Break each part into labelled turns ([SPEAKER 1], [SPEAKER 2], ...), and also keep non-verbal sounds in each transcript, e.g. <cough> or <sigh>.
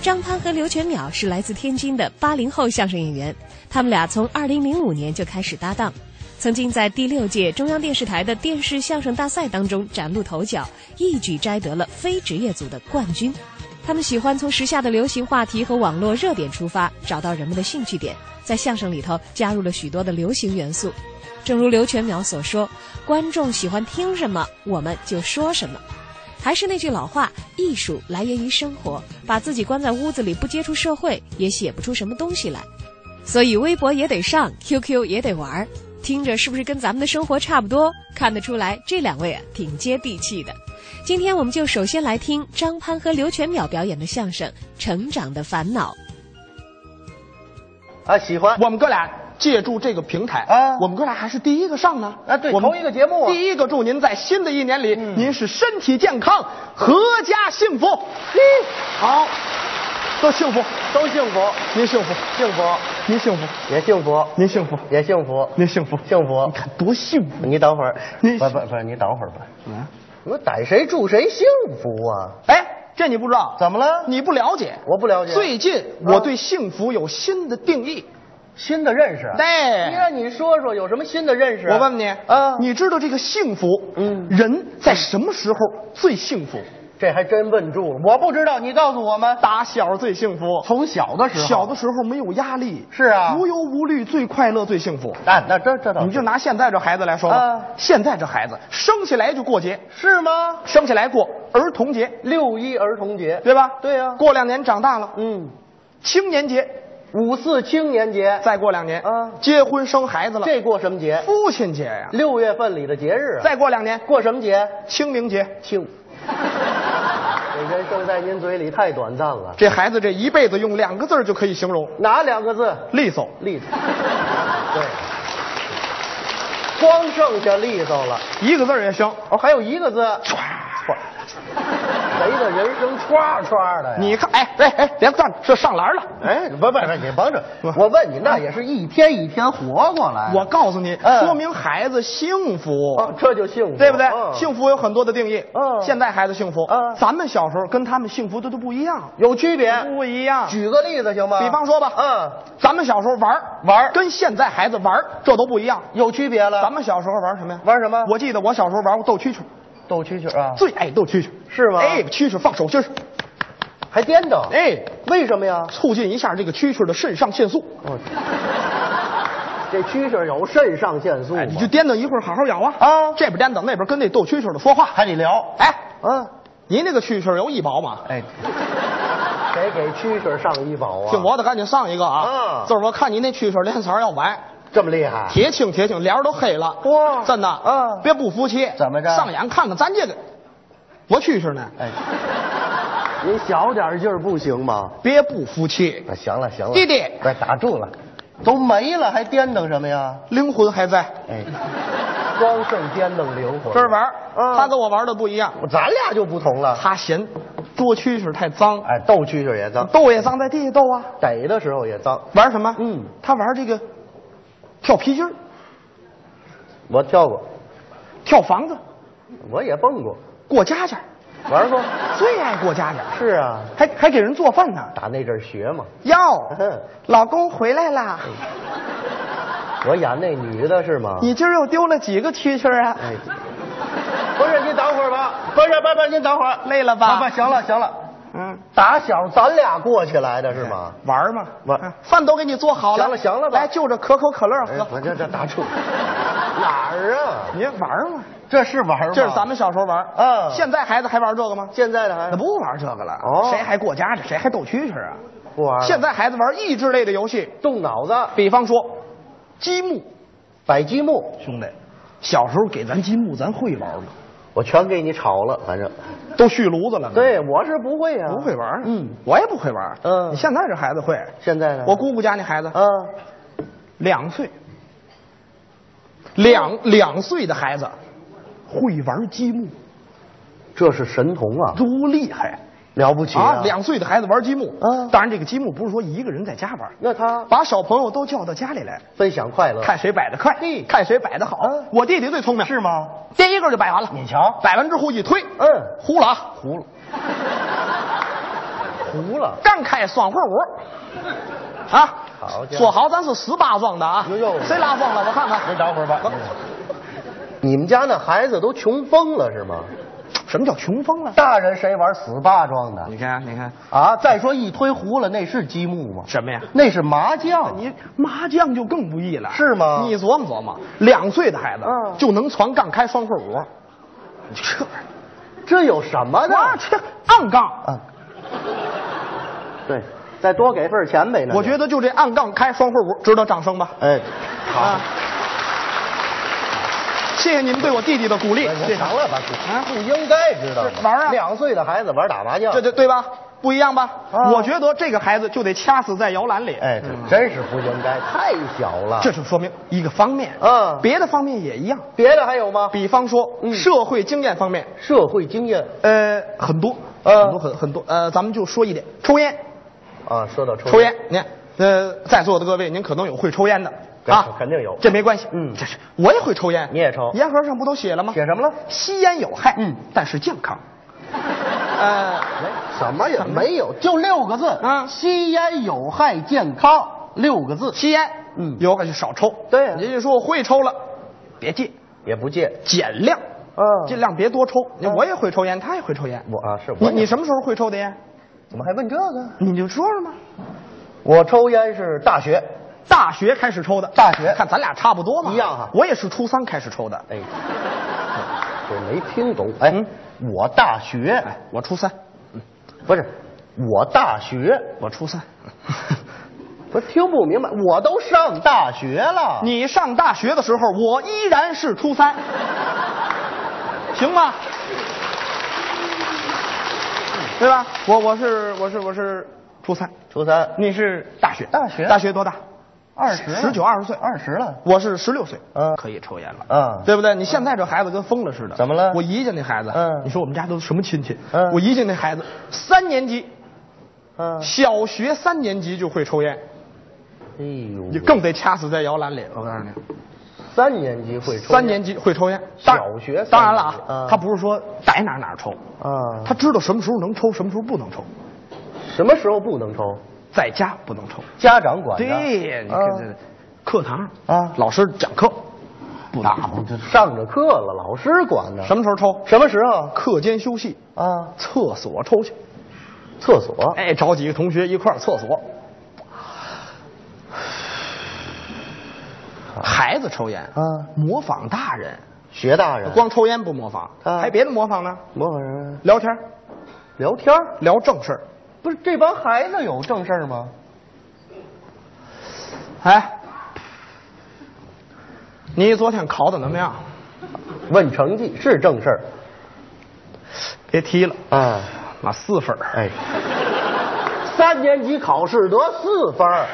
[SPEAKER 1] 张潘和刘全淼是来自天津的八零后相声演员，他们俩从二零零五年就开始搭档，曾经在第六届中央电视台的电视相声大赛当中崭露头角，一举摘得了非职业组的冠军。他们喜欢从时下的流行话题和网络热点出发，找到人们的兴趣点，在相声里头加入了许多的流行元素。正如刘全淼所说，观众喜欢听什么，我们就说什么。还是那句老话，艺术来源于生活，把自己关在屋子里不接触社会，也写不出什么东西来。所以微博也得上，QQ 也得玩儿，听着是不是跟咱们的生活差不多？看得出来，这两位啊挺接地气的。今天我们就首先来听张潘和刘全淼表演的相声《成长的烦恼》。
[SPEAKER 2] 啊，喜欢
[SPEAKER 3] 我们哥俩借助这个平台
[SPEAKER 2] 啊
[SPEAKER 3] 我们哥俩还是第一个上呢
[SPEAKER 2] 啊对
[SPEAKER 3] 我们
[SPEAKER 2] 头一个节目啊
[SPEAKER 3] 第一个祝您在新的一年里，
[SPEAKER 2] 嗯
[SPEAKER 3] 您是身体健康，阖家幸福。嘿，好，都幸福，
[SPEAKER 2] 都幸福，
[SPEAKER 3] 您幸福，
[SPEAKER 2] 幸福
[SPEAKER 3] 您幸福，
[SPEAKER 2] 也幸福，
[SPEAKER 3] 您幸福，
[SPEAKER 2] 也幸福，
[SPEAKER 3] 您幸福，
[SPEAKER 2] 幸福
[SPEAKER 3] 你。看多幸福！
[SPEAKER 2] 你等啊会儿，
[SPEAKER 3] 你
[SPEAKER 2] 不不不，你等会儿吧。
[SPEAKER 3] 嗯
[SPEAKER 2] 我逮谁祝谁幸福啊？
[SPEAKER 3] 哎，这你不知道？
[SPEAKER 2] 怎么了？
[SPEAKER 3] 你不了解？
[SPEAKER 2] 我不了解嗯
[SPEAKER 3] 最近我对幸福有新的定义。
[SPEAKER 2] 新的认识啊？
[SPEAKER 3] 对
[SPEAKER 2] 你让你说说有什么新的认识啊？
[SPEAKER 3] 我问你
[SPEAKER 2] 啊，
[SPEAKER 3] 你知道这个幸福，
[SPEAKER 2] 嗯
[SPEAKER 3] 人在什么时候最幸福？
[SPEAKER 2] 这还真问住了，啊我不知道，你告诉我们。
[SPEAKER 3] 打小最幸福，
[SPEAKER 2] 从小的时候，
[SPEAKER 3] 小的时候没有压力，
[SPEAKER 2] 是啊
[SPEAKER 3] 无忧无虑，最快乐，最幸福。
[SPEAKER 2] 那哎那这这倒是
[SPEAKER 3] 你就拿现在这孩子来说吧，
[SPEAKER 2] 啊
[SPEAKER 3] 现在这孩子生下来就过节，
[SPEAKER 2] 是吗？
[SPEAKER 3] 生下来过儿童节，
[SPEAKER 2] 六一儿童节，
[SPEAKER 3] 对吧？
[SPEAKER 2] 对啊呀
[SPEAKER 3] 过两年长大了，
[SPEAKER 2] 嗯，
[SPEAKER 3] 青年节，
[SPEAKER 2] 五四青年节，
[SPEAKER 3] 再过两年，
[SPEAKER 2] 啊
[SPEAKER 3] 结婚生孩子了，
[SPEAKER 2] 这过什么节？
[SPEAKER 3] 父亲节呀、
[SPEAKER 2] 六月份里的节日啊。
[SPEAKER 3] 再过两年，
[SPEAKER 2] 过什么节？
[SPEAKER 3] 清明节。
[SPEAKER 2] 清。这人生在您嘴里太短暂了。
[SPEAKER 3] 这孩子这一辈子用两个字儿就可以形容，
[SPEAKER 2] 哪两个字？
[SPEAKER 3] 利索。
[SPEAKER 2] 利索。对，光剩下利索了。
[SPEAKER 3] 一个字儿也行。
[SPEAKER 2] 哦，还有一个字，歘歘，谁的人生歘歘的呀？
[SPEAKER 3] 你看，哎哎哎，别站，这上篮了。
[SPEAKER 2] 哎，不不不，你甭着
[SPEAKER 3] 不
[SPEAKER 2] 我问你，那也是一天一天活过来。
[SPEAKER 3] 我告诉你，
[SPEAKER 2] 嗯
[SPEAKER 3] 说明孩子幸福。
[SPEAKER 2] 哦，这就幸福，
[SPEAKER 3] 对不对？
[SPEAKER 2] 嗯
[SPEAKER 3] 幸福有很多的定义。
[SPEAKER 2] 嗯
[SPEAKER 3] 现在孩子幸福，
[SPEAKER 2] 嗯
[SPEAKER 3] 咱们小时候跟他们幸福的都不一样，
[SPEAKER 2] 有区别。
[SPEAKER 3] 不一样。
[SPEAKER 2] 举个例子行吗？
[SPEAKER 3] 比方说吧，
[SPEAKER 2] 嗯，，
[SPEAKER 3] 咱们小时候玩儿
[SPEAKER 2] 玩儿
[SPEAKER 3] 跟现在孩子玩儿这都不一样。
[SPEAKER 2] 有区别了。
[SPEAKER 3] 咱们小时候玩嗯什么呀？
[SPEAKER 2] 玩什么
[SPEAKER 3] 我记得我小时候玩过斗蛐蛐，
[SPEAKER 2] 斗蛐蛐啊，
[SPEAKER 3] 最爱斗蛐蛐。
[SPEAKER 2] 是吗
[SPEAKER 3] 哎，蛐蛐放手心儿，
[SPEAKER 2] 还颠倒。
[SPEAKER 3] 哎，
[SPEAKER 2] 为什么呀？
[SPEAKER 3] 促进一下这个蛐蛐的肾上腺素。
[SPEAKER 2] 哦，这蛐蛐有肾上腺素吗
[SPEAKER 3] 哎，你就颠倒一会儿，好好咬啊！
[SPEAKER 2] 啊
[SPEAKER 3] 这边颠倒，那边跟那斗蛐蛐的说话。
[SPEAKER 2] 还得聊。
[SPEAKER 3] 哎，
[SPEAKER 2] 嗯，
[SPEAKER 3] 您那个蛐蛐有医保吗？
[SPEAKER 2] 哎，谁给蛐蛐上医保啊？
[SPEAKER 3] 姓罗的赶紧上一个啊！
[SPEAKER 2] 嗯
[SPEAKER 3] 就是我看你那蛐蛐脸色儿要白，
[SPEAKER 2] 这么厉害？
[SPEAKER 3] 铁青铁青，脸儿都黑了。
[SPEAKER 2] 哇
[SPEAKER 3] 真的，
[SPEAKER 2] 嗯
[SPEAKER 3] 别不服气，
[SPEAKER 2] 怎么着
[SPEAKER 3] 上眼看看咱这个，我蛐蛐呢？
[SPEAKER 2] 哎，您小点劲儿不行吗？
[SPEAKER 3] 别不服气，
[SPEAKER 2] 那行了行了，
[SPEAKER 3] 弟弟
[SPEAKER 2] 快打住了，都没了还颠腾什么呀？
[SPEAKER 3] 灵魂还在，
[SPEAKER 2] 哎，光剩颠腾灵魂。
[SPEAKER 3] 这儿玩儿，
[SPEAKER 2] 嗯
[SPEAKER 3] 他跟我玩的不一样，
[SPEAKER 2] 咱俩就不同了。
[SPEAKER 3] 他嫌捉蛐蛐太脏，
[SPEAKER 2] 哎，斗蛐蛐也脏，
[SPEAKER 3] 斗也脏，在地下斗啊。
[SPEAKER 2] 逮的时候也脏。
[SPEAKER 3] 玩什么？
[SPEAKER 2] 嗯，
[SPEAKER 3] 他玩这个跳皮筋儿
[SPEAKER 2] 我跳过，
[SPEAKER 3] 跳房子，
[SPEAKER 2] 我也蹦过，
[SPEAKER 3] 过家家儿，
[SPEAKER 2] 玩过。
[SPEAKER 3] 最爱过家家儿，
[SPEAKER 2] 是啊，
[SPEAKER 3] 还还给人做饭呢。
[SPEAKER 2] 打那阵儿学嘛。
[SPEAKER 3] <laughs> 哟
[SPEAKER 2] 嗯，
[SPEAKER 3] 老公回来啦！
[SPEAKER 2] 我演那女的是吗？
[SPEAKER 3] 你今儿又丢了几个蛐蛐儿啊？
[SPEAKER 2] 哎，不是，您等会儿吧。不是，不不，您等会儿。
[SPEAKER 3] 累了
[SPEAKER 2] 啊
[SPEAKER 3] 吧
[SPEAKER 2] 不，？行了，行了。
[SPEAKER 3] 嗯，
[SPEAKER 2] 打小咱俩过起来的是吗？
[SPEAKER 3] 玩儿嘛，
[SPEAKER 2] 玩
[SPEAKER 3] 啊饭都给你做好了，
[SPEAKER 2] 行了行了吧
[SPEAKER 3] 来就着可口可乐
[SPEAKER 2] 哎，
[SPEAKER 3] 喝，
[SPEAKER 2] 我这这打住。哪儿啊？
[SPEAKER 3] 你玩儿嘛，
[SPEAKER 2] 这是玩儿吗？
[SPEAKER 3] 这是咱们小时候玩儿，
[SPEAKER 2] 嗯
[SPEAKER 3] 现在孩子还玩这个吗？
[SPEAKER 2] 现在的还
[SPEAKER 3] 那不玩这个了，
[SPEAKER 2] 哦
[SPEAKER 3] 谁还过家家，谁还斗蛐蛐啊？
[SPEAKER 2] 不玩儿了。
[SPEAKER 3] 现在孩子玩益智类的游戏，
[SPEAKER 2] 动脑子
[SPEAKER 3] 比方说积木，
[SPEAKER 2] 摆积木，
[SPEAKER 3] 兄弟，小时候给咱积木，咱会玩吗？
[SPEAKER 2] 我全给你炒了，反正。
[SPEAKER 3] 都续炉子了，，
[SPEAKER 2] 对，我是不会啊，
[SPEAKER 3] 不会玩，
[SPEAKER 2] 嗯，，
[SPEAKER 3] 我也不会玩，
[SPEAKER 2] 嗯
[SPEAKER 3] 你现在这孩子会，
[SPEAKER 2] 现在呢？
[SPEAKER 3] 我姑姑家那孩子，
[SPEAKER 2] 啊，
[SPEAKER 3] 两岁，两
[SPEAKER 2] 嗯
[SPEAKER 3] 两岁的孩子会玩积木，
[SPEAKER 2] 这是神童啊，
[SPEAKER 3] 多厉害
[SPEAKER 2] 了不起
[SPEAKER 3] 啊！两岁的孩子玩积木，
[SPEAKER 2] 嗯
[SPEAKER 3] 当然这个积木不是说一个人在家玩，
[SPEAKER 2] 那他
[SPEAKER 3] 把小朋友都叫到家里来，
[SPEAKER 2] 分享快乐，
[SPEAKER 3] 看谁摆的快
[SPEAKER 2] 嘿，
[SPEAKER 3] 看谁摆的好
[SPEAKER 2] 嗯。
[SPEAKER 3] 我弟弟最聪明，是吗？第一个就摆完了，
[SPEAKER 2] 你瞧
[SPEAKER 3] 摆完之后一推，
[SPEAKER 2] 嗯
[SPEAKER 3] 呼了啊，
[SPEAKER 2] 糊了， <laughs> 糊了。
[SPEAKER 3] 刚开双会舞，啊
[SPEAKER 2] 好，家伙
[SPEAKER 3] 说好咱是十八庄的啊
[SPEAKER 2] 哎呦，
[SPEAKER 3] 谁拉风了？我看看，
[SPEAKER 2] 您等会儿吧。你们家那孩子都穷疯了是吗？
[SPEAKER 3] 什么叫穷啊疯了？
[SPEAKER 2] 大人谁玩死八庄的
[SPEAKER 3] 你看，你看，
[SPEAKER 2] 啊？再说一推胡了，那是积木吗？
[SPEAKER 3] 什么呀？
[SPEAKER 2] 那是麻将。
[SPEAKER 3] 你麻将就更不易了，
[SPEAKER 2] 哦是吗
[SPEAKER 3] 你琢磨琢磨，两岁的孩子
[SPEAKER 2] 嗯
[SPEAKER 3] 就能传杠开双会舞，你这 <laughs>
[SPEAKER 2] 这有什么的？
[SPEAKER 3] 我这暗杠，
[SPEAKER 2] 啊，对，再多给份钱呗。
[SPEAKER 3] 我觉
[SPEAKER 2] 得，
[SPEAKER 3] 得就这暗杠开双会舞值得掌声吧。
[SPEAKER 2] 哎，
[SPEAKER 3] 啊，谢谢你们对我弟弟的鼓励，谢谢
[SPEAKER 2] 行了吧，
[SPEAKER 3] 啊
[SPEAKER 2] 不应该知道吗
[SPEAKER 3] 是玩啊
[SPEAKER 2] 两岁的孩子玩打麻将，
[SPEAKER 3] 这就对吧？不一样吧？
[SPEAKER 2] 啊
[SPEAKER 3] 我觉得这个孩子就得掐死在摇篮里。
[SPEAKER 2] 哎，这真是不应该，太小了。
[SPEAKER 3] 嗯这就说明一个方面，
[SPEAKER 2] 嗯
[SPEAKER 3] 别的方面也一样。
[SPEAKER 2] 别的还有吗？
[SPEAKER 3] 比方说、
[SPEAKER 2] 嗯
[SPEAKER 3] 社会经验方面，
[SPEAKER 2] 社会经验
[SPEAKER 3] 呃，很多，
[SPEAKER 2] 呃
[SPEAKER 3] 很多很很多，呃，咱们就说一点，抽烟，
[SPEAKER 2] 啊，说到抽
[SPEAKER 3] 抽烟，您，呃，在座的各位，您可能有会抽烟的
[SPEAKER 2] 对
[SPEAKER 3] 啊，
[SPEAKER 2] 肯定有
[SPEAKER 3] 这没关系，
[SPEAKER 2] 嗯
[SPEAKER 3] 这是我也会抽烟，
[SPEAKER 2] 你也抽
[SPEAKER 3] 烟盒上不都写了吗？
[SPEAKER 2] 写什么了？
[SPEAKER 3] 吸烟有害，
[SPEAKER 2] 嗯，
[SPEAKER 3] 但是健 <laughs> 康，呃，
[SPEAKER 2] 什么也没有，就六个字
[SPEAKER 3] 啊
[SPEAKER 2] 吸烟有害健康，六个字
[SPEAKER 3] 吸烟，
[SPEAKER 2] 嗯
[SPEAKER 3] 有害就少抽，
[SPEAKER 2] 对呀
[SPEAKER 3] 您就说我会抽了，别戒，
[SPEAKER 2] 也不戒。
[SPEAKER 3] 减量，
[SPEAKER 2] 嗯
[SPEAKER 3] 尽量别多抽，
[SPEAKER 2] 嗯
[SPEAKER 3] 我也会抽烟，他也会抽烟，
[SPEAKER 2] 我啊是我
[SPEAKER 3] 你
[SPEAKER 2] 也
[SPEAKER 3] 你什么时候会抽的烟？
[SPEAKER 2] 怎么还问这个？
[SPEAKER 3] 你就说说嘛。
[SPEAKER 2] 我抽烟是大学，
[SPEAKER 3] 大学开始抽的，
[SPEAKER 2] 大学
[SPEAKER 3] 看咱俩差不多嘛，
[SPEAKER 2] 一样啊哈
[SPEAKER 3] 我也是初三开始抽的，嗯
[SPEAKER 2] 哎，我没听懂。嗯哎，我大学
[SPEAKER 3] 哎，我初三，
[SPEAKER 2] 不是我大学，
[SPEAKER 3] 我初三。
[SPEAKER 2] <laughs> 不是听不明白，我都上大学了。
[SPEAKER 3] 你上大学的时候，我依然是初三，行吗？对吧？我我是我是我是初三，
[SPEAKER 2] 初三，
[SPEAKER 3] 你是大学，
[SPEAKER 2] 大学
[SPEAKER 3] 大学多大？
[SPEAKER 2] 二十了
[SPEAKER 3] 十九二十岁，
[SPEAKER 2] 二十了
[SPEAKER 3] 我是十六岁，
[SPEAKER 2] 嗯
[SPEAKER 3] 可以抽烟了，
[SPEAKER 2] 嗯
[SPEAKER 3] 对不对？你现在这孩子跟疯了似的，
[SPEAKER 2] 怎么了
[SPEAKER 3] 我姨家那孩子，
[SPEAKER 2] 嗯
[SPEAKER 3] 你说我们家都什么亲戚？
[SPEAKER 2] 嗯
[SPEAKER 3] 我姨家那孩子三年级，
[SPEAKER 2] 嗯，
[SPEAKER 3] 小学三年级就会抽烟，
[SPEAKER 2] 哎呦，
[SPEAKER 3] 你更得掐死在摇篮里。我告诉你，
[SPEAKER 2] 三年级会抽烟，
[SPEAKER 3] 三年级会抽烟，当然
[SPEAKER 2] 小学三年级
[SPEAKER 3] 当然了啊
[SPEAKER 2] 嗯，
[SPEAKER 3] 他不是说逮哪儿哪儿抽，
[SPEAKER 2] 啊，
[SPEAKER 3] 他知道什么时候能抽，什么时候不能抽，
[SPEAKER 2] 什么时候不能抽？
[SPEAKER 3] 在家不能抽。
[SPEAKER 2] 家长管的。
[SPEAKER 3] 对，你看
[SPEAKER 2] 啊
[SPEAKER 3] 这课堂
[SPEAKER 2] 啊
[SPEAKER 3] 老师讲课不打
[SPEAKER 2] 那不就哦上着课了，老师管呢。
[SPEAKER 3] 什么时候抽？
[SPEAKER 2] 什么时候
[SPEAKER 3] 课间休息，
[SPEAKER 2] 啊？
[SPEAKER 3] 厕所抽去。
[SPEAKER 2] 厕所。
[SPEAKER 3] 哎，找几个同学一块儿厕所。
[SPEAKER 2] 嗯
[SPEAKER 3] 孩子抽烟
[SPEAKER 2] 啊
[SPEAKER 3] 模仿大人，
[SPEAKER 2] 学大人
[SPEAKER 3] 光抽烟不模仿，
[SPEAKER 2] 啊
[SPEAKER 3] 还别的模仿呢？
[SPEAKER 2] 模仿人
[SPEAKER 3] 聊天儿
[SPEAKER 2] 聊天儿
[SPEAKER 3] 聊正事儿。
[SPEAKER 2] 不是这帮孩子有正事儿吗？
[SPEAKER 3] 哎，你昨天考的怎么样？
[SPEAKER 2] 问成绩是正事儿
[SPEAKER 3] 别提了，
[SPEAKER 2] 啊。
[SPEAKER 3] 妈四分儿。
[SPEAKER 2] 哎，三年级考试得四分儿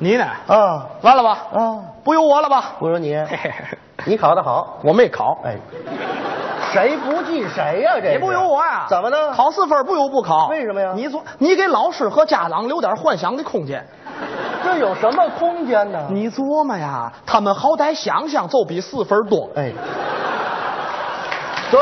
[SPEAKER 3] 你呢？
[SPEAKER 2] 啊
[SPEAKER 3] 完了吧？
[SPEAKER 2] 啊！
[SPEAKER 3] 不由我了吧？
[SPEAKER 2] 我说你
[SPEAKER 3] 嘿嘿嘿，
[SPEAKER 2] 你考得好，
[SPEAKER 3] 我没考，
[SPEAKER 2] 哎，谁不记谁呀、这
[SPEAKER 3] 也
[SPEAKER 2] 是
[SPEAKER 3] 不由我呀。
[SPEAKER 2] 怎么呢？
[SPEAKER 3] 考四分儿不由不考。
[SPEAKER 2] 为什么呀
[SPEAKER 3] 你昨你给老师和家长留点幻想的空间。
[SPEAKER 2] 这有什么空间呢？
[SPEAKER 3] 你琢磨呀，他们好歹想想就比四分多。
[SPEAKER 2] 哎，对，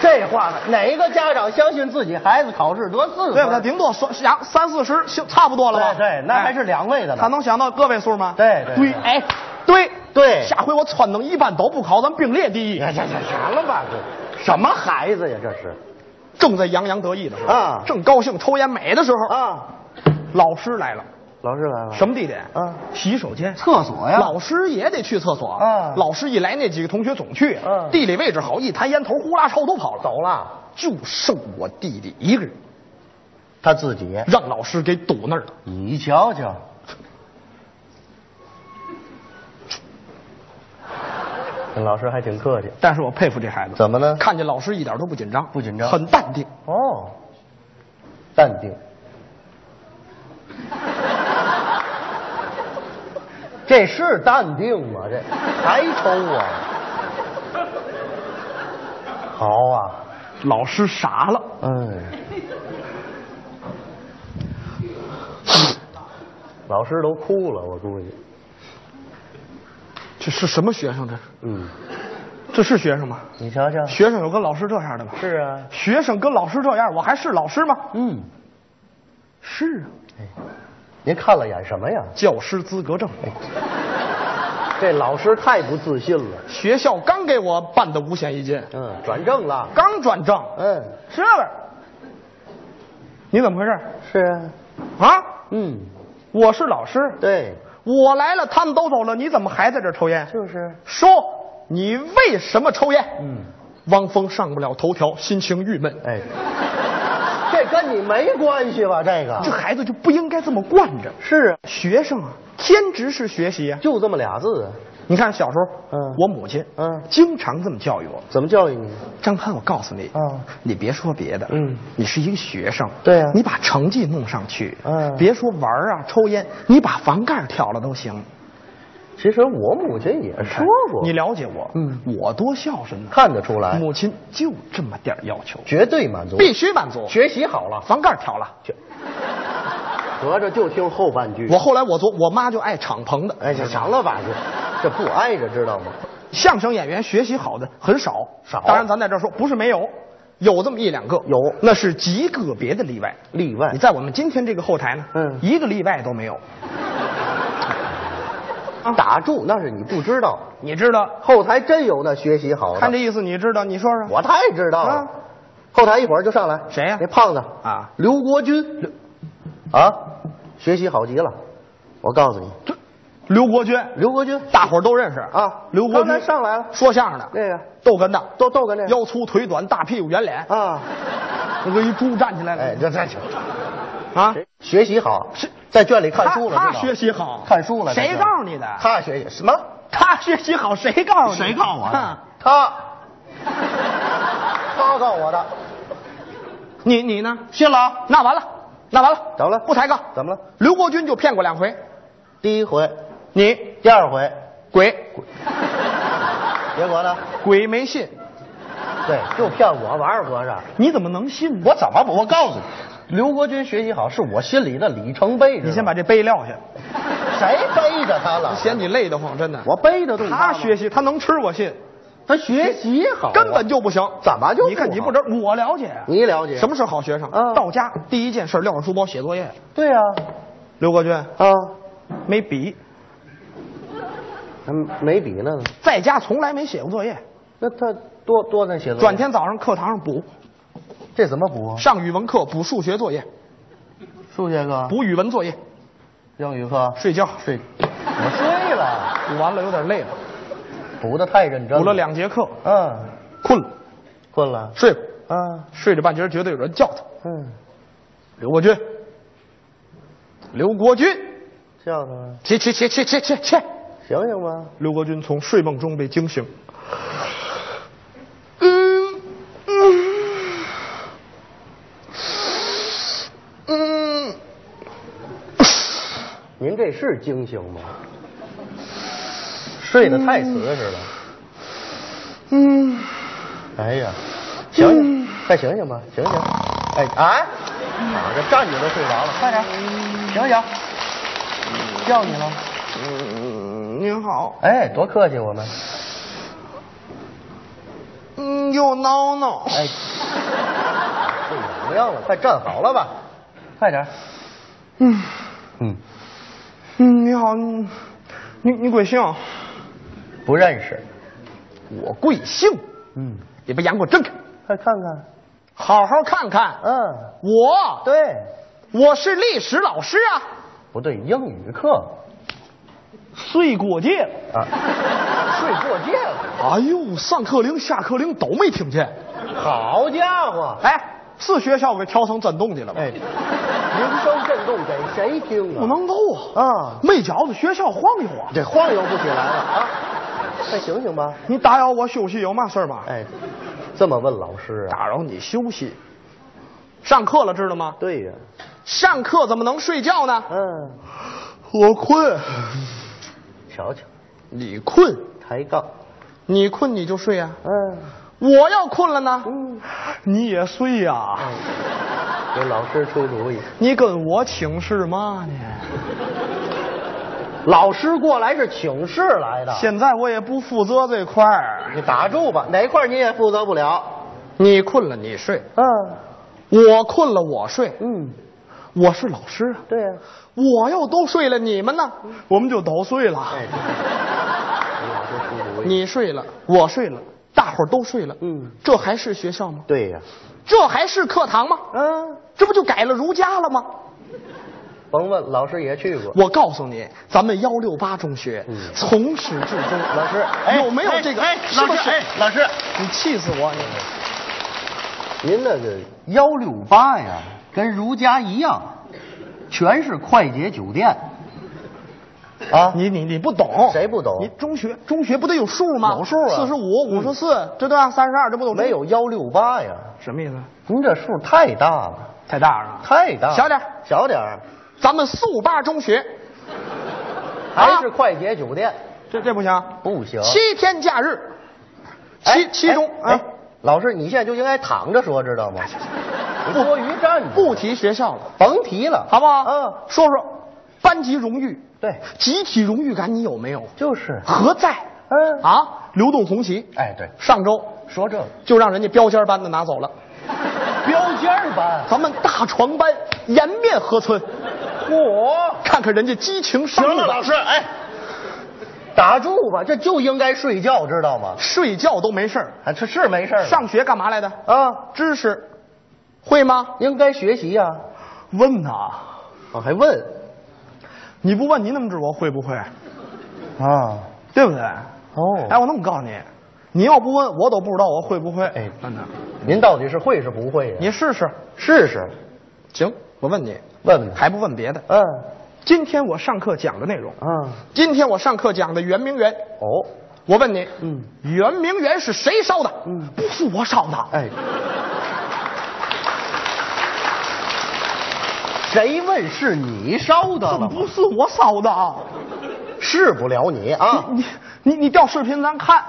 [SPEAKER 2] 这话哪个家长相信自己孩子考试得四
[SPEAKER 3] <laughs>
[SPEAKER 2] 分？
[SPEAKER 3] 对不对？顶多说想三四十，行，差不多了吧？
[SPEAKER 2] 对对那
[SPEAKER 3] 哎
[SPEAKER 2] 还是两位的呢
[SPEAKER 3] 他能想到个位数吗？
[SPEAKER 2] 对对对
[SPEAKER 3] 哎，对
[SPEAKER 2] 对哎
[SPEAKER 3] 下回我撺掇一般都不考，咱并列第一
[SPEAKER 2] 呀。呀呀，行了吧，这什么孩子呀，这是
[SPEAKER 3] 正在洋洋得意的时候
[SPEAKER 2] 啊
[SPEAKER 3] 正高兴抽烟美的时候，
[SPEAKER 2] 啊！
[SPEAKER 3] 老师来了，
[SPEAKER 2] 老师来了，
[SPEAKER 3] 什么地点？
[SPEAKER 2] 啊
[SPEAKER 3] 洗手间。
[SPEAKER 2] 厕所呀？
[SPEAKER 3] 老师也得去厕所
[SPEAKER 2] 啊
[SPEAKER 3] 老师一来，那几个同学总去。
[SPEAKER 2] 嗯
[SPEAKER 3] 地理位置好，一弹烟头，呼啦超都跑了。
[SPEAKER 2] 走了，
[SPEAKER 3] 就剩我弟弟一个人，
[SPEAKER 2] 他自己，
[SPEAKER 3] 让老师给堵那儿了。
[SPEAKER 2] 你瞧 <laughs> 瞧，这老师还挺客气，
[SPEAKER 3] 但是我佩服这孩子，
[SPEAKER 2] 怎么呢？
[SPEAKER 3] 看见老师一点都不紧张，
[SPEAKER 2] 不紧张
[SPEAKER 3] 很淡定。
[SPEAKER 2] 哦，淡 <laughs> 定。这是淡定吗？这还抽啊？好啊，
[SPEAKER 3] 老师傻了，
[SPEAKER 2] 嗯。老师都哭了，我估计。
[SPEAKER 3] 这是什么学生？这是
[SPEAKER 2] 嗯，
[SPEAKER 3] 这是学生吗？
[SPEAKER 2] 你瞧瞧，
[SPEAKER 3] 学生有跟老师这样的吗？
[SPEAKER 2] 是啊
[SPEAKER 3] 学生跟老师这样，我还是老师吗？
[SPEAKER 2] 嗯，
[SPEAKER 3] 是啊，
[SPEAKER 2] 您看了眼什么呀？
[SPEAKER 3] 教师资格证。
[SPEAKER 2] 这老师太不自信了。
[SPEAKER 3] 学校刚给我办的五险一金，
[SPEAKER 2] 嗯，转正了。
[SPEAKER 3] 刚转正，
[SPEAKER 2] 嗯，
[SPEAKER 3] 是不是？你怎么回事？
[SPEAKER 2] 是啊，
[SPEAKER 3] 啊，
[SPEAKER 2] 嗯，
[SPEAKER 3] 我是老师，
[SPEAKER 2] 对，
[SPEAKER 3] 我来了，他们都走了，你怎么还在这儿抽烟？
[SPEAKER 2] 就是，
[SPEAKER 3] 说你为什么抽烟？
[SPEAKER 2] 嗯，
[SPEAKER 3] 汪峰上不了头条，心情郁闷。
[SPEAKER 2] <laughs> 哎，这跟你没关系吧？这个
[SPEAKER 3] 这孩子就不应该这么惯着。
[SPEAKER 2] 是啊，
[SPEAKER 3] 学生啊，天职是学习啊。
[SPEAKER 2] 就这么俩字啊。
[SPEAKER 3] 你看小时候，
[SPEAKER 2] 嗯
[SPEAKER 3] 我母亲，
[SPEAKER 2] 嗯
[SPEAKER 3] 经常这么教育我。
[SPEAKER 2] 怎么教育你？
[SPEAKER 3] 张潘，我告诉你，
[SPEAKER 2] 嗯
[SPEAKER 3] 你别说别的，
[SPEAKER 2] 嗯，
[SPEAKER 3] 你是一个学生，
[SPEAKER 2] 对啊
[SPEAKER 3] 你把成绩弄上去，
[SPEAKER 2] 嗯
[SPEAKER 3] 别说玩儿啊、抽烟，你把房盖挑了都行。
[SPEAKER 2] 其实我母亲也说过，
[SPEAKER 3] 你了解我，
[SPEAKER 2] 嗯
[SPEAKER 3] 我多孝顺呢。啊
[SPEAKER 2] 看得出来，
[SPEAKER 3] 母亲就这么点儿要求，
[SPEAKER 2] 绝对满足，
[SPEAKER 3] 必须满足。
[SPEAKER 2] 学习好了，
[SPEAKER 3] 房盖挑了，
[SPEAKER 2] 合着就听后半句。
[SPEAKER 3] 我后来我做，我妈就爱敞篷的。
[SPEAKER 2] 哎，这长了吧唧，这不挨着知道吗？
[SPEAKER 3] 相声演员学习好的很少，
[SPEAKER 2] 少
[SPEAKER 3] 当然，咱在这儿说不是没有，有这么一两个，
[SPEAKER 2] 有
[SPEAKER 3] 那是极个别的例外。
[SPEAKER 2] 例外
[SPEAKER 3] 你在我们今天这个后台呢，
[SPEAKER 2] 嗯
[SPEAKER 3] 一个例外都没有。
[SPEAKER 2] 打住，那是你不知道，
[SPEAKER 3] 你知道？
[SPEAKER 2] 后台真有那学习好的。
[SPEAKER 3] 看这意思，你知道？你说说。
[SPEAKER 2] 我太知道了。
[SPEAKER 3] 啊
[SPEAKER 2] 后台一会儿就上来，
[SPEAKER 3] 谁呀
[SPEAKER 2] 那胖子
[SPEAKER 3] 啊
[SPEAKER 2] 刘国军，刘啊，学习好极了。我告诉你，
[SPEAKER 3] 这刘国军，
[SPEAKER 2] 刘国军
[SPEAKER 3] 大伙儿都认识
[SPEAKER 2] 啊
[SPEAKER 3] 刘国
[SPEAKER 2] 刚
[SPEAKER 3] 军
[SPEAKER 2] 才上来了
[SPEAKER 3] 说相声的，
[SPEAKER 2] 那个
[SPEAKER 3] 逗哏的，
[SPEAKER 2] 都逗哏这个
[SPEAKER 3] 腰粗腿短，大屁股圆脸，
[SPEAKER 2] 啊，
[SPEAKER 3] 就跟一猪站起来了。
[SPEAKER 2] 哎，这这这
[SPEAKER 3] 啊，
[SPEAKER 2] 学习好
[SPEAKER 3] 是
[SPEAKER 2] 在圈里看书了，
[SPEAKER 3] 他
[SPEAKER 2] 知
[SPEAKER 3] 他
[SPEAKER 2] 道
[SPEAKER 3] 学习好，
[SPEAKER 2] 看书了，
[SPEAKER 3] 谁
[SPEAKER 2] 在这儿
[SPEAKER 3] 告诉你的？
[SPEAKER 2] 他学习什么？
[SPEAKER 3] 他学习好，谁告诉你？谁告诉我
[SPEAKER 2] 他他告我的，
[SPEAKER 3] 你你呢？信了啊？那完了，那完了，
[SPEAKER 2] 怎么了
[SPEAKER 3] 不抬杠，
[SPEAKER 2] 怎么了？
[SPEAKER 3] 刘国军就骗过两回，
[SPEAKER 2] 第一回，
[SPEAKER 3] 你
[SPEAKER 2] 第二回，
[SPEAKER 3] 鬼
[SPEAKER 2] 结果呢？
[SPEAKER 3] 鬼没信，
[SPEAKER 2] 对，就骗我玩儿合着。
[SPEAKER 3] 你怎么能信呢？
[SPEAKER 2] 我怎么不？我告诉你，刘国军学习好是我心里的里程碑。
[SPEAKER 3] 你先把这杯撂下，
[SPEAKER 2] 谁背着他了？
[SPEAKER 3] 嫌你累得慌，真的。
[SPEAKER 2] 我背着动
[SPEAKER 3] 他
[SPEAKER 2] 吗
[SPEAKER 3] 学习，他能吃我信，
[SPEAKER 2] 他学习好啊，
[SPEAKER 3] 根本就不行。
[SPEAKER 2] 怎么就不好
[SPEAKER 3] 你看你不知道，我了解啊。
[SPEAKER 2] 你了解
[SPEAKER 3] 什么是好学生？
[SPEAKER 2] 嗯
[SPEAKER 3] 到家第一件事撂上书包写作业。
[SPEAKER 2] 对啊呀
[SPEAKER 3] 刘国军
[SPEAKER 2] 啊，
[SPEAKER 3] 没笔，
[SPEAKER 2] 嗯没笔呢，
[SPEAKER 3] 在家从来没写过作业，
[SPEAKER 2] 那他多多那写作业
[SPEAKER 3] 转天早上课堂上补，
[SPEAKER 2] 这怎么补？啊
[SPEAKER 3] 上语文课补数学作业，
[SPEAKER 2] 数学课、
[SPEAKER 3] 补语文作业，
[SPEAKER 2] 英语课，
[SPEAKER 3] 睡觉
[SPEAKER 2] 睡，我睡了，
[SPEAKER 3] 补完了有点累了，
[SPEAKER 2] 补的太认真
[SPEAKER 3] 补了，两节课，
[SPEAKER 2] 嗯，
[SPEAKER 3] 困了，
[SPEAKER 2] 困了，
[SPEAKER 3] 睡吧，
[SPEAKER 2] 啊，
[SPEAKER 3] 睡着半截儿觉得有人叫他，
[SPEAKER 2] 嗯，
[SPEAKER 3] 刘国军，刘国军，
[SPEAKER 2] 叫他们，
[SPEAKER 3] 起起起起起起起！
[SPEAKER 2] 醒醒吧，
[SPEAKER 3] 刘国军从睡梦中被惊醒，
[SPEAKER 4] 嗯嗯嗯，
[SPEAKER 2] 您这是惊醒吗？睡得太死似的，
[SPEAKER 4] 嗯，
[SPEAKER 2] 哎呀，醒醒，快醒醒吧，醒醒！哎啊，我这站着都睡着了，快点，醒醒！叫你了，
[SPEAKER 3] 嗯，您好，
[SPEAKER 2] 哎，多客气我们，
[SPEAKER 3] 嗯，又挠挠，
[SPEAKER 2] 哎，睡怎么样了？快站好了吧，快点，
[SPEAKER 3] 嗯
[SPEAKER 2] 嗯，
[SPEAKER 3] 嗯，你好，你你你贵姓？
[SPEAKER 2] 不认识，
[SPEAKER 3] 我贵姓？
[SPEAKER 2] 嗯，
[SPEAKER 3] 你把眼给我睁开，
[SPEAKER 2] 快看看，
[SPEAKER 3] 好好看看，
[SPEAKER 2] 嗯，
[SPEAKER 3] 我
[SPEAKER 2] 对，
[SPEAKER 3] 我是历史老师啊，
[SPEAKER 2] 不对，英语课
[SPEAKER 3] 睡过界了。
[SPEAKER 2] 啊，睡过界了，
[SPEAKER 3] 哎呦，上课铃、下课铃都没听见。
[SPEAKER 2] 好家伙，
[SPEAKER 3] 哎，是学校给调成震动去了吧？
[SPEAKER 2] 哎，铃声震动给谁听啊？
[SPEAKER 3] 不能够啊！
[SPEAKER 2] 啊
[SPEAKER 3] 没觉着学校晃悠啊！
[SPEAKER 2] 这晃悠不起来了啊！快醒醒吧！
[SPEAKER 3] 你打扰我休息有嘛事儿吗？
[SPEAKER 2] 哎，这么问老师啊？
[SPEAKER 3] 打扰你休息，上课了知道吗？
[SPEAKER 2] 对呀、
[SPEAKER 3] 上课怎么能睡觉呢？
[SPEAKER 2] 嗯，
[SPEAKER 3] 我困，
[SPEAKER 2] 瞧瞧，
[SPEAKER 3] 你困，
[SPEAKER 2] 抬杠，啊
[SPEAKER 3] 你困你就睡呀、
[SPEAKER 2] 嗯，
[SPEAKER 3] 我要困了呢，你也睡呀、
[SPEAKER 2] 给老师出主意，
[SPEAKER 3] 你跟我请示嘛呢？
[SPEAKER 2] 老师过来是请示来的。
[SPEAKER 3] 现在我也不负责这块儿，
[SPEAKER 2] 你打住吧，哪块儿你也负责不了。
[SPEAKER 3] 你困了你睡，
[SPEAKER 2] 嗯
[SPEAKER 3] 我困了我睡，
[SPEAKER 2] 嗯，
[SPEAKER 3] 我是老师啊，
[SPEAKER 2] 对呀、
[SPEAKER 3] 我要都睡了，你们呢？我们就都睡了。
[SPEAKER 2] 哎，你老师出主意。
[SPEAKER 3] 你睡了，我睡了，大伙儿都睡了，
[SPEAKER 2] 嗯，
[SPEAKER 3] 这还是学校吗？
[SPEAKER 2] 对呀、
[SPEAKER 3] 这还是课堂吗？
[SPEAKER 2] 嗯，
[SPEAKER 3] 这不就改了儒家了吗？
[SPEAKER 2] 甭问，老师也去过。
[SPEAKER 3] 我告诉你，咱们幺六八中学、
[SPEAKER 2] 嗯
[SPEAKER 3] 从始至终，
[SPEAKER 2] 老师，
[SPEAKER 3] 有没有这个？
[SPEAKER 2] 哎，
[SPEAKER 3] 是
[SPEAKER 2] 老
[SPEAKER 3] 不
[SPEAKER 2] 师，
[SPEAKER 3] 是
[SPEAKER 2] 哎，老师，
[SPEAKER 3] 你气死我！你
[SPEAKER 2] 您那个幺六八呀，跟儒家一样，全是快捷酒店。啊，
[SPEAKER 3] 你你你不懂，
[SPEAKER 2] 谁不懂
[SPEAKER 3] 你中学中学不得有数吗？
[SPEAKER 2] 有数啊嗯
[SPEAKER 3] 四十五、五十四，这对吧？三十二，这不都
[SPEAKER 2] 没有幺六八呀？
[SPEAKER 3] 什么意思？
[SPEAKER 2] 您这数太大了，
[SPEAKER 3] 太大了，
[SPEAKER 2] 太大了。
[SPEAKER 3] 小点儿
[SPEAKER 2] 小点儿，
[SPEAKER 3] 咱们速八中学，
[SPEAKER 2] 还是快捷酒店？
[SPEAKER 3] 这这不行。
[SPEAKER 2] 不行。
[SPEAKER 3] 七天假日，其其中
[SPEAKER 2] 哎
[SPEAKER 3] 啊，
[SPEAKER 2] 老师，你现在就应该躺着说，知道吗？你多余站着，
[SPEAKER 3] 不，提学校了，
[SPEAKER 2] 甭提了，
[SPEAKER 3] 好不好？
[SPEAKER 2] 嗯，，
[SPEAKER 3] 说说班级荣誉，
[SPEAKER 2] 对，
[SPEAKER 3] 集体荣誉感你有没有？
[SPEAKER 2] 就是，
[SPEAKER 3] 何在？
[SPEAKER 2] 嗯
[SPEAKER 3] 啊，流动红旗，
[SPEAKER 2] 哎，对，
[SPEAKER 3] 上周
[SPEAKER 2] 说这个
[SPEAKER 3] 就让人家标间班的拿走了，
[SPEAKER 2] 标间儿班，
[SPEAKER 3] 咱们大床班颜面何存？
[SPEAKER 2] 嚯！
[SPEAKER 3] 看看人家激情上路，
[SPEAKER 2] 师，哎，打住吧，这就应该睡觉，知道吗？
[SPEAKER 3] 睡觉都没事儿，
[SPEAKER 2] 啊，这是没事儿，
[SPEAKER 3] 上学干嘛来的？
[SPEAKER 2] 啊，
[SPEAKER 3] 知识会吗？
[SPEAKER 2] 应该学习呀、
[SPEAKER 3] 问呐，
[SPEAKER 2] 我还问
[SPEAKER 3] 你不问你怎么知我会不会？
[SPEAKER 2] 啊，
[SPEAKER 3] 对不对？
[SPEAKER 2] 哦
[SPEAKER 3] 哎，我那么告诉你，你要不问我都不知道我会不会。
[SPEAKER 2] 哎
[SPEAKER 3] 真的，
[SPEAKER 2] 您到底是会是不会呀、
[SPEAKER 3] 你试试。
[SPEAKER 2] 试试，
[SPEAKER 3] 行，我问你，
[SPEAKER 2] 问问他。
[SPEAKER 3] 还不问别的？
[SPEAKER 2] 嗯
[SPEAKER 3] 今天我上课讲的内容，
[SPEAKER 2] 嗯，
[SPEAKER 3] 今天我上课讲的圆明园，
[SPEAKER 2] 哦，
[SPEAKER 3] 我问你，
[SPEAKER 2] 嗯，
[SPEAKER 3] 圆明园是谁烧的？
[SPEAKER 2] 嗯
[SPEAKER 3] 不是我烧的。
[SPEAKER 2] 哎，谁问是你烧的了
[SPEAKER 3] 不
[SPEAKER 2] 吗？
[SPEAKER 3] 是我烧的啊！
[SPEAKER 2] 是不了你啊，
[SPEAKER 3] 你你你调视频咱看，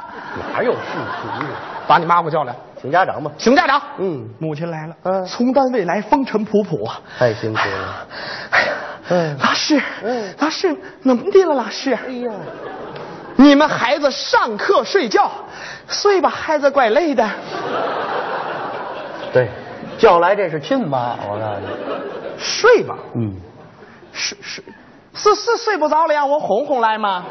[SPEAKER 2] 哪有视频啊？
[SPEAKER 3] 把你妈给我叫来，
[SPEAKER 2] 请家长吧。
[SPEAKER 3] 请家长。
[SPEAKER 2] 嗯
[SPEAKER 3] 母亲来了，
[SPEAKER 2] 嗯
[SPEAKER 3] 从单位来，风尘仆仆啊，
[SPEAKER 2] 太辛苦了。
[SPEAKER 3] 哎呀
[SPEAKER 2] 嗯
[SPEAKER 3] 老师，
[SPEAKER 2] 嗯
[SPEAKER 3] 老师怎么的了？老师，
[SPEAKER 2] 哎呀，
[SPEAKER 3] 你们孩子上课睡觉，睡吧，孩子怪累的。
[SPEAKER 2] 对，叫来这是亲妈，我告诉
[SPEAKER 3] 睡吧，
[SPEAKER 2] 你。嗯，
[SPEAKER 3] 睡睡，是是睡不着了，让我哄哄来吗？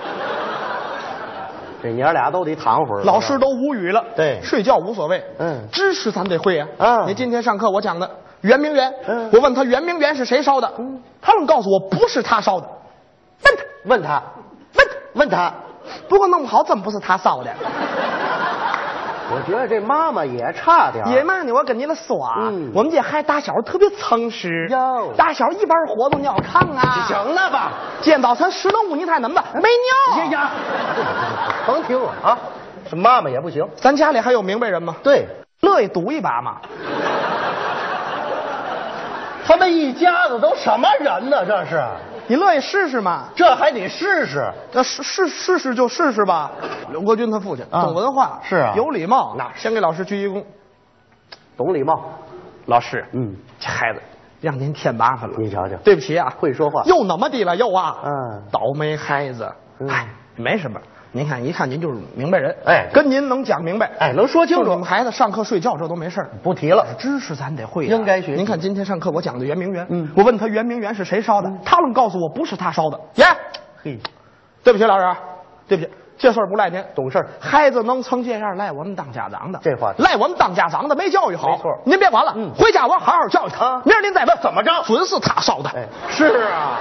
[SPEAKER 2] 这娘俩都得躺会儿。
[SPEAKER 3] 老师都无语了。
[SPEAKER 2] 对
[SPEAKER 3] 睡觉无所谓。
[SPEAKER 2] 嗯
[SPEAKER 3] 知识咱得会呀。
[SPEAKER 2] 嗯
[SPEAKER 3] 你今天上课我讲的圆明园，
[SPEAKER 2] 嗯
[SPEAKER 3] 我问他圆明园是谁烧的，他愣告诉我不是他烧的，问他，
[SPEAKER 2] 问他，
[SPEAKER 3] 问他，
[SPEAKER 2] 问他，啊
[SPEAKER 3] 不过弄不好真不是他烧的。
[SPEAKER 2] 我觉得这妈妈也差点儿
[SPEAKER 3] 爷嘛呢，我跟你了说啊，
[SPEAKER 2] 嗯
[SPEAKER 3] 我们这孩子打小特别诚实
[SPEAKER 2] 哟
[SPEAKER 3] 打小一般活动尿炕啊，
[SPEAKER 2] 行了吧？
[SPEAKER 3] 见到咱十能五你太能的没尿。
[SPEAKER 2] 哎呀，甭听我啊，这妈妈也不行。
[SPEAKER 3] 咱家里还有明白人吗？
[SPEAKER 2] 对
[SPEAKER 3] 乐意赌一把吗？
[SPEAKER 2] 他们一家子都什么人呢？这是，
[SPEAKER 3] 你乐意试试吗？
[SPEAKER 2] 这还得试试。
[SPEAKER 3] 那试试试试就试试吧。刘国军他父亲
[SPEAKER 2] 啊
[SPEAKER 3] 懂文化，
[SPEAKER 2] 是啊
[SPEAKER 3] 有礼貌。
[SPEAKER 2] 那
[SPEAKER 3] 先给老师鞠一躬。
[SPEAKER 2] 懂礼貌，
[SPEAKER 3] 老师，
[SPEAKER 2] 嗯，
[SPEAKER 3] 这孩子让您添麻烦了。
[SPEAKER 2] 你瞧瞧
[SPEAKER 3] 对不起啊，
[SPEAKER 2] 会说话
[SPEAKER 3] 又怎么地了？又啊，
[SPEAKER 2] 嗯
[SPEAKER 3] 倒霉孩子。
[SPEAKER 2] 嗯
[SPEAKER 3] 哎，没什么。您看，一看您就是明白人。
[SPEAKER 2] 哎
[SPEAKER 3] 跟您能讲明白，
[SPEAKER 2] 哎能说清楚
[SPEAKER 3] 就是你们孩子上课睡觉这都没事儿。
[SPEAKER 2] 不提了。
[SPEAKER 3] 知识咱得会啊、
[SPEAKER 2] 应该学习
[SPEAKER 3] 您看今天上课我讲的圆明园，
[SPEAKER 2] 嗯
[SPEAKER 3] 我问他圆明园是谁烧的，他愣告诉我不是他烧的。耶、
[SPEAKER 2] 嘿，
[SPEAKER 3] 对不起，老师，啊对不起，这事儿不赖您，
[SPEAKER 2] 懂事儿
[SPEAKER 3] 孩子能成这样，赖我们当家长的。
[SPEAKER 2] 这话
[SPEAKER 3] 赖我们当家长的没教育好。
[SPEAKER 2] 没错
[SPEAKER 3] 您别管了，
[SPEAKER 2] 嗯
[SPEAKER 3] 回家我好好教育他。
[SPEAKER 2] 啊
[SPEAKER 3] 明儿您再问
[SPEAKER 2] 怎么着
[SPEAKER 3] 准是他烧的。
[SPEAKER 2] 哎，是啊，